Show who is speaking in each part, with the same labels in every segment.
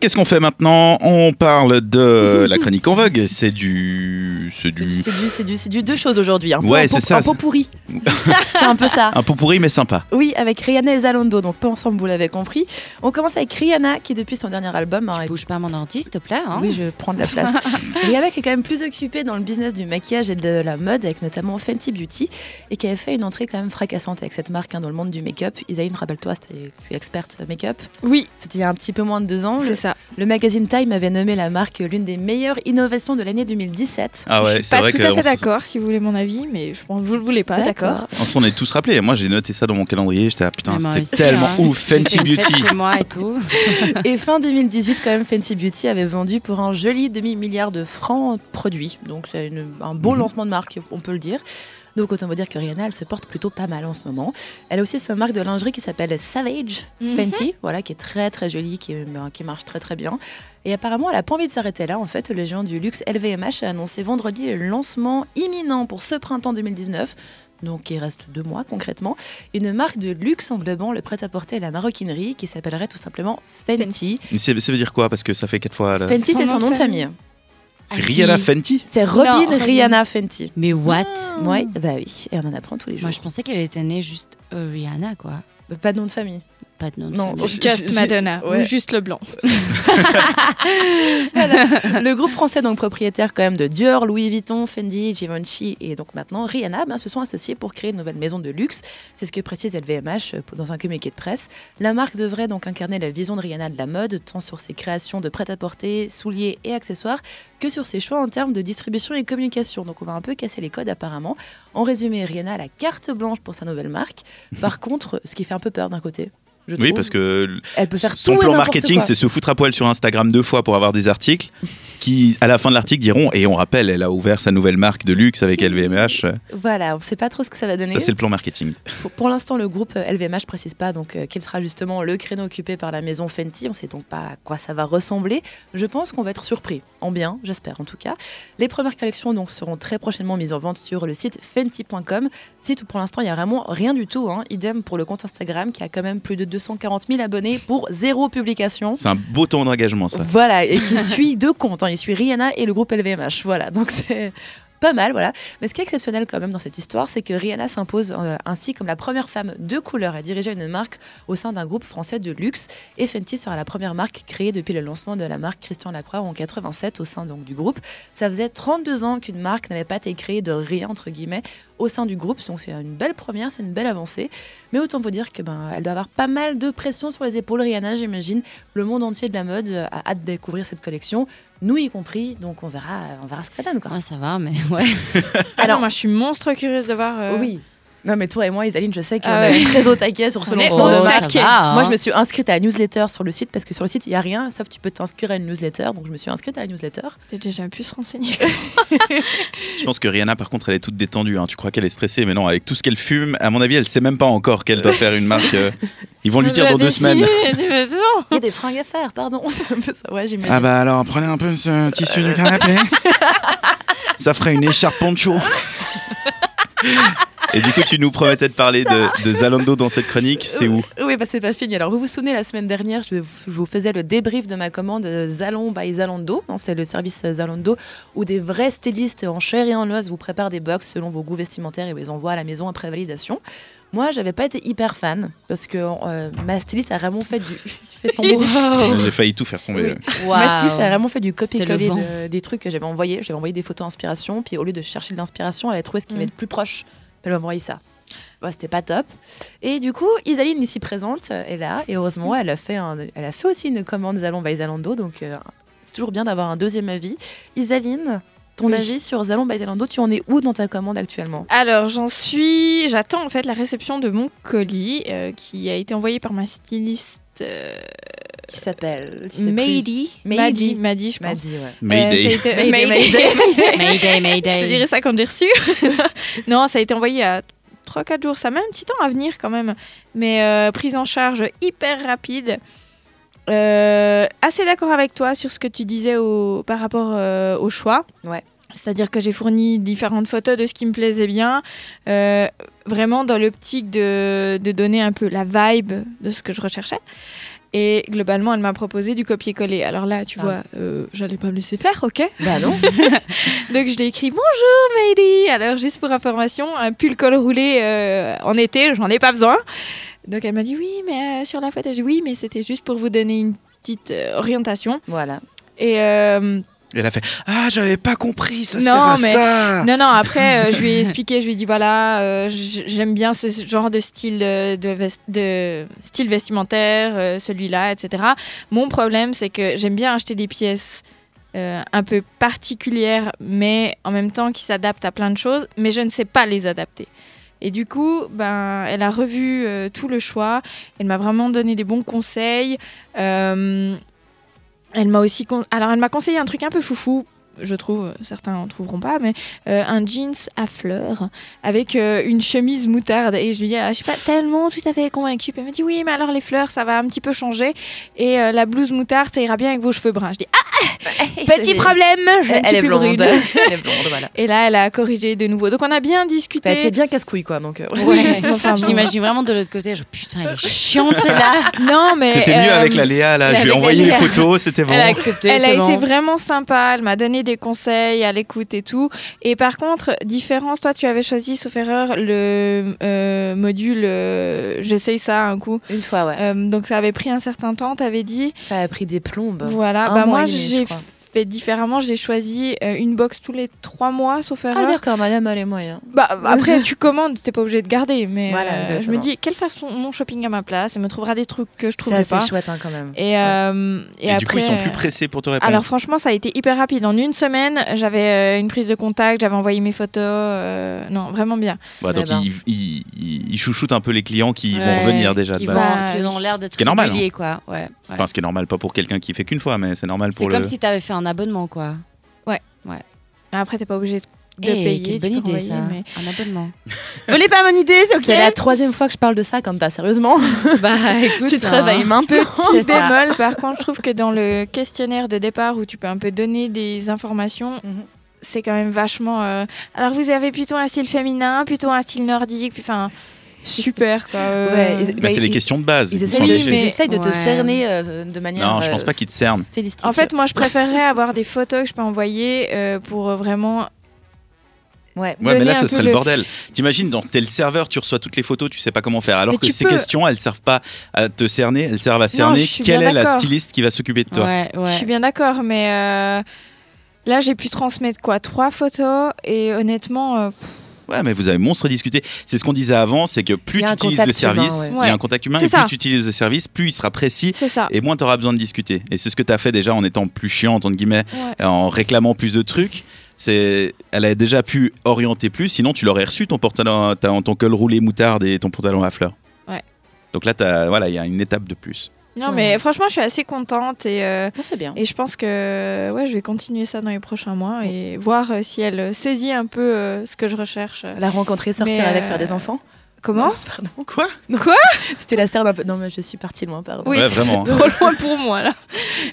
Speaker 1: Qu'est-ce qu'on fait maintenant On parle de la chronique en vogue. C'est du. C'est
Speaker 2: C'est
Speaker 1: du.
Speaker 2: du, c'est du, c'est du, c'est du deux choses aujourd'hui. Un peu,
Speaker 1: Ouais,
Speaker 2: un pot-
Speaker 1: c'est ça,
Speaker 2: Un pot
Speaker 1: c'est-
Speaker 2: pourri. c'est un peu ça.
Speaker 1: Un pot pourri, mais sympa.
Speaker 2: Oui, avec Rihanna et Zalando, donc pas ensemble, vous l'avez compris. On commence avec Rihanna qui, depuis son dernier album, a-
Speaker 3: Bouge pas mon ordi, s'il te plaît. hein.
Speaker 2: Oui, je vais prendre la place. Rihanna qui est quand même plus occupée dans le business du maquillage et de la mode, avec notamment Fenty Beauty, et qui avait fait une entrée quand même fracassante avec cette marque hein, dans le monde du make-up. Isaïne, rappelle-toi, c'était- tu es experte make-up.
Speaker 4: Oui,
Speaker 2: C'était il y a un petit peu moins de deux ans. Le,
Speaker 4: c'est ça.
Speaker 2: le magazine Time avait nommé la marque l'une des meilleures innovations de l'année 2017.
Speaker 1: Ah ouais,
Speaker 4: je suis
Speaker 1: c'est
Speaker 4: pas
Speaker 1: vrai
Speaker 4: tout
Speaker 1: que.
Speaker 4: à
Speaker 1: on
Speaker 4: fait
Speaker 1: s-
Speaker 4: d'accord si vous voulez mon avis, mais je pense que vous le voulez pas.
Speaker 2: Ah, D'accord.
Speaker 1: on s'en est tous rappelés. Moi, j'ai noté ça dans mon calendrier. J'étais là, putain,
Speaker 3: Mais moi
Speaker 1: c'était
Speaker 3: aussi,
Speaker 1: tellement
Speaker 3: hein.
Speaker 1: ouf.
Speaker 3: J'ai
Speaker 1: Fenty
Speaker 3: fait une fête
Speaker 1: Beauty.
Speaker 3: chez moi et tout.
Speaker 2: Et fin 2018, quand même, Fenty Beauty avait vendu pour un joli demi-milliard de francs produits. Donc c'est une- un beau
Speaker 1: Mhm.
Speaker 2: lancement de marque, on peut le dire. Donc autant vous dire que Rihanna, elle se porte plutôt pas mal en ce moment. Elle a aussi sa marque de lingerie qui s'appelle Savage
Speaker 4: Mhm.
Speaker 2: Fenty, voilà, qui est très très jolie, qui, est- ben, qui marche très très bien. Et apparemment, elle a pas envie de s'arrêter là. En fait, le géant du luxe LVMH a annoncé vendredi le lancement imminent pour ce printemps 2019. Donc, il reste deux mois concrètement. Une marque de luxe englobant le prêt-à-porter et la maroquinerie qui s'appellerait tout simplement Fenty.
Speaker 1: Mais c'est- Ça veut dire quoi Parce que ça fait quatre fois. là.
Speaker 2: Fenty, c'est son nom de famille.
Speaker 1: C'est Rihanna
Speaker 3: Aki.
Speaker 1: Fenty
Speaker 2: C'est Robin
Speaker 4: Non,
Speaker 2: Rihanna Fenty.
Speaker 3: Mais what
Speaker 4: Ah.
Speaker 2: Ouais, bah oui, et on en apprend tous les jours.
Speaker 3: Moi, je pensais qu'elle était née juste euh, Rihanna, quoi.
Speaker 2: Pas de nom de famille.
Speaker 3: Pas de nom. de
Speaker 2: Non,
Speaker 3: famille.
Speaker 2: je-
Speaker 4: Just
Speaker 2: j'ai-
Speaker 4: Madonna,
Speaker 2: ouais.
Speaker 4: ou juste le blanc.
Speaker 2: Le groupe français, donc propriétaire quand même de Dior, Louis Vuitton, Fendi, Givenchy et donc maintenant Rihanna, ben, se sont associés pour créer une nouvelle maison de luxe. C'est ce que précise LVMH euh, dans un communiqué de presse. La marque devrait donc incarner la vision de Rihanna de la mode, tant sur ses créations de prêt-à-porter, souliers et accessoires, que sur ses choix en termes de distribution et communication. Donc on va un peu casser les codes apparemment. En résumé, Rihanna a la carte blanche pour sa nouvelle marque. Par contre, ce qui fait un peu peur d'un côté. Je
Speaker 1: Oui,
Speaker 2: trouve,
Speaker 1: parce que
Speaker 2: elle peut faire
Speaker 1: son
Speaker 2: tout et
Speaker 1: plan
Speaker 2: n'importe
Speaker 1: marketing,
Speaker 2: quoi.
Speaker 1: c'est se foutre à poil sur Instagram deux fois pour avoir des articles qui, à la fin de l'article, diront et on rappelle, elle a ouvert sa nouvelle marque de luxe avec LVMH.
Speaker 2: Voilà, on ne sait pas trop ce que ça va donner.
Speaker 1: Ça, c'est le plan marketing.
Speaker 2: Pour, pour l'instant, le groupe euh, LVMH précise pas donc euh, quel sera justement le créneau occupé par la maison Fenty. On sait donc pas à quoi ça va ressembler. Je pense qu'on va être surpris, en bien, j'espère en tout cas. Les premières collections donc seront très prochainement mises en vente sur le site fenty.com. Site où pour l'instant il y a vraiment rien du tout. hein. Idem pour le compte Instagram qui a quand même plus de 240 000 abonnés pour zéro publication.
Speaker 1: C'est un beau temps d'engagement, ça.
Speaker 2: Voilà, et qui suit deux comptes. hein. Il suit Rihanna et le groupe LVMH. Voilà, donc c'est pas mal, voilà. Mais ce qui est exceptionnel quand même dans cette histoire, c'est que Rihanna s'impose euh, ainsi comme la première femme de couleur à diriger une marque au sein d'un groupe français de luxe. Et Fenty sera la première marque créée depuis le lancement de la marque Christian Lacroix en 87 au sein donc du groupe. Ça faisait 32 ans qu'une marque n'avait pas été créée de rien entre guillemets au sein du groupe. Donc c'est une belle première, c'est une belle avancée. Mais autant vous dire que ben elle doit avoir pas mal de pression sur les épaules Rihanna, j'imagine. Le monde entier de la mode euh, a hâte de découvrir cette collection, nous y compris. Donc on verra, on verra ce que ça donne. Quoi.
Speaker 3: Ouais, ça va, mais ouais.
Speaker 4: Alors,
Speaker 2: Alors-
Speaker 4: Ah moi, je suis monstre curieuse de voir. euh,
Speaker 2: Oui. Non mais toi et moi, Isaline, je sais qu'on
Speaker 4: Ah
Speaker 2: est
Speaker 4: ouais.
Speaker 2: très au taquet sur ce
Speaker 4: On est
Speaker 2: lancement.
Speaker 4: au
Speaker 2: de
Speaker 3: ça
Speaker 2: marque.
Speaker 4: taquet.
Speaker 3: va,
Speaker 2: Moi, je
Speaker 3: hein.
Speaker 2: me suis inscrite à la newsletter sur le site parce que sur le site, il n'y a rien, sauf tu peux t'inscrire à une newsletter. Donc, je me suis inscrite à la newsletter.
Speaker 4: T'as déjà pu se renseigner.
Speaker 1: Je pense que Rihanna, par contre, elle est toute détendue. hein. Tu crois qu'elle est stressée, mais non, avec tout ce qu'elle fume, à mon avis, elle sait même pas encore qu'elle doit faire une marque. euh, Ils vont lui dire dans deux semaines.
Speaker 4: semaines.
Speaker 2: Il y a des fringues à faire, pardon. C'est un peu ça, ouais, j'imagine.
Speaker 1: Ah bah alors, prenez un peu ce tissu du canapé. Ça ferait une écharpe poncho. Et du coup, tu nous promettais de parler de, de Zalando dans cette chronique. C'est où
Speaker 2: Oui, bah c'est pas fini. Alors, vous vous souvenez, la semaine dernière, je, je vous faisais le débrief de ma commande euh, Zalon by Zalando. Non, C'est le service euh, Zalando où des vrais stylistes en chair et en os vous préparent des box selon vos goûts vestimentaires et vous les envoient à la maison après validation. Moi, j'avais pas été hyper fan parce que euh, ma styliste a vraiment fait du. Tu fais ton bourrin.
Speaker 4: Oh.
Speaker 1: J'ai failli tout faire tomber.
Speaker 2: Oui.
Speaker 1: euh.
Speaker 2: Ma styliste a
Speaker 3: Waouh.
Speaker 2: vraiment fait du copier-coller
Speaker 3: vent.
Speaker 2: de- des trucs que j'avais envoyés. J'avais envoyé des photos inspiration, puis au lieu de chercher de l'inspiration, elle a trouvé ce qui
Speaker 4: Mm.
Speaker 2: m'est le plus proche. Elle m'a envoyé ça. Bah, C'était pas top. Et du coup, Isaline, ici présente, euh, est là. Et heureusement, elle a fait, un- elle a fait aussi une commande Zalon by Zalando. Donc, euh, c'est toujours bien d'avoir un deuxième avis. Isaline, ton
Speaker 4: Oui.
Speaker 2: avis sur Zalon by Zalando, tu en es où dans ta commande actuellement
Speaker 4: Alors, j'en suis. J'attends en fait la réception de mon colis euh, qui a été envoyé par ma styliste euh,
Speaker 2: Qui s'appelle tu sais plus.
Speaker 4: Maddy.
Speaker 2: Maddy.
Speaker 4: Maddy, Maddy, je pense.
Speaker 2: Maddy, ouais.
Speaker 1: Mayday.
Speaker 4: Euh, ça a été-
Speaker 2: Mayday,
Speaker 4: Mayday.
Speaker 3: Mayday, Mayday.
Speaker 4: Je te dirai ça quand j'ai reçu. non, ça a été envoyé à 3-4 jours. Ça met un petit temps à venir quand même. Mais euh, prise en charge hyper rapide. Euh, assez d'accord avec toi sur ce que tu disais au- par rapport euh, au choix.
Speaker 2: Ouais.
Speaker 4: C'est-à-dire que j'ai fourni différentes photos de ce qui me plaisait bien, euh, vraiment dans l'optique de, de donner un peu la vibe de ce que je recherchais. Et globalement, elle m'a proposé du copier-coller. Alors là, tu
Speaker 2: Ah.
Speaker 4: vois, euh, j'allais pas me laisser faire, ok
Speaker 2: Bah non.
Speaker 4: donc je lui ai écrit bonjour Meili. Alors juste pour information, un pull col roulé euh, en été, j'en ai pas besoin. Donc elle m'a dit oui, mais euh, sur la photo, j'ai dit oui, mais c'était juste pour vous donner une petite euh, orientation.
Speaker 2: Voilà.
Speaker 4: Et euh,
Speaker 1: Et elle a fait Ah, j'avais pas compris, ça
Speaker 4: Non,
Speaker 1: sert à
Speaker 4: mais-
Speaker 1: ça.
Speaker 4: non non, après euh, je lui ai expliqué, je lui ai dit voilà, euh, j- j'aime bien ce genre de style euh, de, vest- de style vestimentaire, euh, celui-là, etc. Mon problème c'est que j'aime bien acheter des pièces. euh, un peu particulières, mais en même temps qui s'adaptent à plein de choses, mais je ne sais pas les adapter. Et du coup, ben, elle a revu euh, tout le choix. Elle m'a vraiment donné des bons conseils. Euh, elle m'a aussi, con- alors elle m'a conseillé un truc un peu foufou. Je trouve, euh, certains en trouveront pas, mais euh, un jeans à fleurs avec euh, une chemise moutarde. Et je lui dis, ah, je suis pas tellement tout à fait convaincue. Puis Elle m'a dit, oui, mais alors les fleurs, ça va un petit peu changer. Et euh, la blouse moutarde, ça ira bien avec vos cheveux bruns. Je dis, ah, petit problème, je ne
Speaker 2: Elle
Speaker 4: suis
Speaker 2: est
Speaker 4: plus
Speaker 2: blonde.
Speaker 4: brune.
Speaker 2: Elle est blonde, voilà.
Speaker 4: Et là, elle a corrigé de nouveau. Donc on a bien
Speaker 2: T'as
Speaker 4: discuté.
Speaker 2: été bien casse-couille, quoi. Donc, euh,
Speaker 3: Ouais.
Speaker 4: Enfin,
Speaker 3: je
Speaker 4: bon.
Speaker 3: l'imagine vraiment de l'autre côté. Je, putain, elle est chiante celle-là.
Speaker 4: Non, mais.
Speaker 1: C'était mieux
Speaker 4: euh,
Speaker 1: avec la Léa, là. Je lui ai
Speaker 3: avec
Speaker 1: envoyé
Speaker 3: la
Speaker 1: les
Speaker 3: Léa.
Speaker 1: photos, c'était bon.
Speaker 3: Elle a accepté.
Speaker 4: Elle a
Speaker 3: c'est
Speaker 4: été
Speaker 3: bon.
Speaker 4: vraiment sympa, elle m'a donné des conseils à l'écoute et tout. Et par contre, différence, toi tu avais choisi, sauf erreur, le euh, module euh, J'essaye ça un coup.
Speaker 2: une fois, ouais.
Speaker 4: Euh, donc ça avait pris un certain temps, t'avais dit.
Speaker 2: Ça a pris des plombes.
Speaker 4: Voilà,
Speaker 2: Un mois
Speaker 4: bah moi
Speaker 2: et demi, je
Speaker 4: j'ai
Speaker 2: crois.
Speaker 4: fait différemment, j'ai choisi euh, une box tous les trois mois, sauf
Speaker 2: Ah,
Speaker 4: erreur.
Speaker 2: d'accord, madame, elle est moyen.
Speaker 4: Bah, après, tu commandes, t'es pas obligé de garder, mais
Speaker 2: Voilà,
Speaker 4: euh, je me
Speaker 2: exactement.
Speaker 4: dis, quelle façon mon shopping à ma place Elle me trouvera des trucs que je
Speaker 2: C'est
Speaker 4: trouverai
Speaker 2: assez
Speaker 4: pas.
Speaker 2: chouette, hein, quand même.
Speaker 4: Et, euh, et
Speaker 1: Et,
Speaker 4: après,
Speaker 1: du coup, ils sont plus
Speaker 4: euh,
Speaker 1: pressés pour te répondre.
Speaker 4: Alors franchement, ça a été hyper rapide. En une semaine, j'avais euh, une prise de contact, j'avais envoyé mes photos. euh, non, vraiment bien.
Speaker 1: Bah, donc,
Speaker 2: Eh ben.
Speaker 1: ils, ils- ils- ils chouchoutent un peu les clients qui vont
Speaker 3: Ouais,
Speaker 1: revenir déjà
Speaker 3: Qui
Speaker 1: de
Speaker 3: vont,
Speaker 1: base.
Speaker 4: base.
Speaker 3: Bah, qui ont l'air d'être
Speaker 1: Bah, Ce qui est normal, hein.
Speaker 3: réguliers, quoi. Ouais. ouais.
Speaker 1: Enfin, ce qui est normal, pas pour quelqu'un qui fait qu'une fois, mais c'est normal
Speaker 3: c'est
Speaker 1: pour
Speaker 3: comme
Speaker 1: le.
Speaker 3: si t'avais fait un abonnement, quoi.
Speaker 4: Mais Après, t'es pas obligé de
Speaker 3: Eh,
Speaker 4: payer.
Speaker 3: quelle bonne
Speaker 4: tu peux
Speaker 3: idée
Speaker 4: renvoyer,
Speaker 3: ça.
Speaker 4: mais-
Speaker 3: Un abonnement. Vous voulez pas mon idée, c'est ok.
Speaker 2: C'est la troisième fois que je parle de ça, Kanta, sérieusement.
Speaker 3: Bah écoute,
Speaker 2: tu te
Speaker 3: hein.
Speaker 2: réveilles maintenant.
Speaker 3: C'est
Speaker 4: Petit
Speaker 3: ça.
Speaker 4: bémol, par contre, je trouve que dans le questionnaire de départ où tu peux un peu donner des informations,
Speaker 2: Mhm.
Speaker 4: c'est quand même vachement. euh, Alors, vous avez plutôt un style féminin, plutôt un style nordique, puis enfin, super quoi. euh,
Speaker 2: Ouais, et-
Speaker 1: Bah, c'est
Speaker 2: Bah,
Speaker 1: les
Speaker 2: ils-
Speaker 1: questions de base.
Speaker 2: Ils
Speaker 1: ils
Speaker 2: essayent,
Speaker 1: sont
Speaker 2: de,
Speaker 1: obligés.
Speaker 2: ils essayent de te
Speaker 3: Ouais.
Speaker 2: cerner euh, de manière
Speaker 1: Non, je pense
Speaker 2: euh,
Speaker 1: pas qu'ils te cernent.
Speaker 2: stylistique.
Speaker 4: En fait, moi, je préférerais avoir des photos que je peux envoyer euh, pour euh, vraiment
Speaker 2: ouais.
Speaker 1: Ouais, mais
Speaker 4: donner
Speaker 1: là,
Speaker 4: un
Speaker 1: ça
Speaker 4: peu
Speaker 1: serait le
Speaker 4: le-
Speaker 1: bordel. T'imagines, dans tel serveur, tu reçois toutes les photos, tu sais pas comment faire. Alors
Speaker 4: Mais
Speaker 1: que
Speaker 4: tu
Speaker 1: ces
Speaker 4: peux-
Speaker 1: questions, elles servent pas à te cerner, elles servent à cerner
Speaker 4: je suis
Speaker 1: quelle
Speaker 4: bien
Speaker 1: est la
Speaker 4: d'accord.
Speaker 1: styliste qui va s'occuper de toi.
Speaker 3: Ouais,
Speaker 4: Je
Speaker 3: ouais.
Speaker 4: suis bien d'accord, mais euh, là j'ai pu transmettre quoi Trois photos et honnêtement, euh, pff,
Speaker 1: Ouais, mais vous avez monstre discuté. C'est ce qu'on disait avant, c'est que plus
Speaker 2: Il y a
Speaker 1: tu
Speaker 2: un
Speaker 1: utilises le
Speaker 2: contact humain,
Speaker 1: service,
Speaker 2: ouais.
Speaker 1: il y
Speaker 4: Ouais.
Speaker 1: a un contact humain,
Speaker 4: C'est
Speaker 1: et
Speaker 4: ça.
Speaker 1: plus tu utilises le service, plus il sera précis.
Speaker 4: c'est ça.
Speaker 1: Et moins tu auras besoin de discuter. Et c'est ce que tu as fait déjà en étant plus chiante, entre guillemets,
Speaker 4: Ouais.
Speaker 1: en réclamant plus de trucs. C'est, elle a déjà pu orienter plus, sinon tu l'aurais reçu ton pantalon, ta- ton col roulé moutarde et ton pantalon à fleurs.
Speaker 4: Ouais.
Speaker 1: Donc là, t'as- voilà, il y a une étape de plus.
Speaker 4: Non,
Speaker 2: Ouais.
Speaker 4: mais franchement, je suis assez contente et, euh,
Speaker 2: Bon, c'est bien.
Speaker 4: et je pense que ouais, je vais continuer ça dans les prochains mois et voir euh, si elle euh, saisit un peu euh, ce que je recherche.
Speaker 2: La rencontrer, sortir
Speaker 4: Mais,
Speaker 2: avec,
Speaker 4: euh,
Speaker 2: faire des enfants.
Speaker 4: Comment
Speaker 2: Pardon.
Speaker 1: Quoi
Speaker 4: Quoi
Speaker 2: Si tu la cernes un peu. Non, mais je suis partie loin, pardon.
Speaker 4: Oui,
Speaker 1: Ouais, vraiment. hein.
Speaker 4: c'est trop loin pour moi là.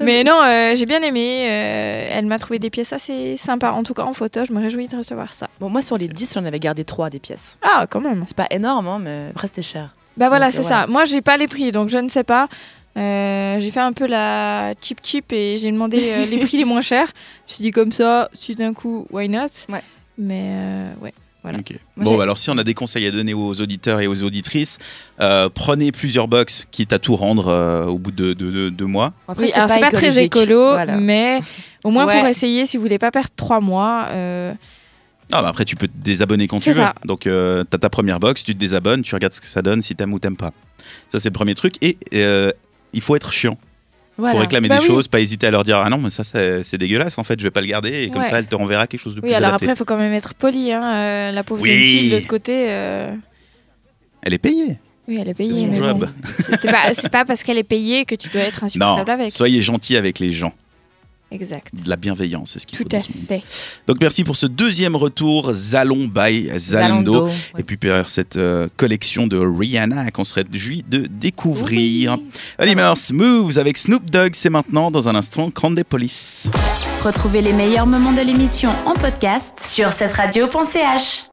Speaker 4: mais non, euh, j'ai bien aimé. euh, elle m'a trouvé des pièces assez sympas. En tout cas, en photo, je me réjouis de recevoir ça.
Speaker 2: Bon, moi, sur les 10, j'en avais gardé 3 des pièces.
Speaker 4: Ah, quand même.
Speaker 2: C'est pas énorme, hein, mais après, c'était cher.
Speaker 4: Bah voilà,
Speaker 2: Donc, euh,
Speaker 4: c'est
Speaker 2: voilà.
Speaker 4: ça. Moi, j'ai pas les prix, donc je ne sais pas. Euh, j'ai fait un peu la cheap cheap et j'ai demandé euh, les prix les moins chers. Je me suis dit comme ça, si d'un coup, why not
Speaker 2: Ouais.
Speaker 4: Mais euh, ouais. Voilà.
Speaker 1: Ok.
Speaker 2: Moi,
Speaker 1: bon,
Speaker 2: j'ai-
Speaker 1: bah alors si on a des conseils à donner aux auditeurs et aux auditrices, euh, prenez plusieurs box, quitte à tout rendre euh, au bout de deux de, deux mois.
Speaker 2: Après,
Speaker 4: Oui, alors c'est pas très
Speaker 2: écologique.
Speaker 4: écolo,
Speaker 2: Voilà.
Speaker 4: mais au moins
Speaker 3: Ouais.
Speaker 4: pour essayer, si vous voulez pas perdre trois mois. euh,
Speaker 1: Ah, bah après, tu peux te désabonner quand tu
Speaker 4: C'est
Speaker 1: veux.
Speaker 4: ça.
Speaker 1: Donc, euh, t'as ta première box, tu te désabonnes, tu regardes ce que ça donne, si t'aimes ou t'aimes pas. Ça, c'est le premier truc. Et euh, il faut être chiant. Il faut
Speaker 2: Voilà.
Speaker 1: réclamer
Speaker 4: Bah
Speaker 1: des
Speaker 4: oui.
Speaker 1: choses, pas hésiter à leur dire Ah non, mais ça, c'est c'est dégueulasse, en fait, je vais pas le garder. Et comme
Speaker 4: Ouais.
Speaker 1: ça, elle te renverra quelque chose de plus
Speaker 4: Oui, alors
Speaker 1: adapté.
Speaker 4: après, il faut quand même être poli. Hein. euh, la pauvre
Speaker 1: Oui.
Speaker 4: jeune fille de l'autre côté, euh,
Speaker 1: Elle est payée.
Speaker 4: oui, elle est
Speaker 1: C'est
Speaker 4: payée.
Speaker 1: son
Speaker 4: mais bon,
Speaker 1: job.
Speaker 4: c'est pas, c'est pas parce qu'elle est payée que tu dois être
Speaker 1: Non,
Speaker 4: insupportable avec.
Speaker 1: soyez gentil avec les gens.
Speaker 4: Exact.
Speaker 1: de la bienveillance, c'est ce qu'il faut.
Speaker 4: Tout
Speaker 1: dans
Speaker 4: à
Speaker 1: ce monde.
Speaker 4: fait.
Speaker 1: Donc merci pour ce deuxième retour, Zalon by Zalando.
Speaker 2: Zalando, ouais.
Speaker 1: Et puis pour cette euh, collection de Rihanna qu'on serait joui de découvrir. Allez, Meurs, Moves avec Snoop Dogg, c'est maintenant dans un instant Grande Police.
Speaker 5: Retrouvez les meilleurs moments de l'émission en podcast sur cette radio.ch.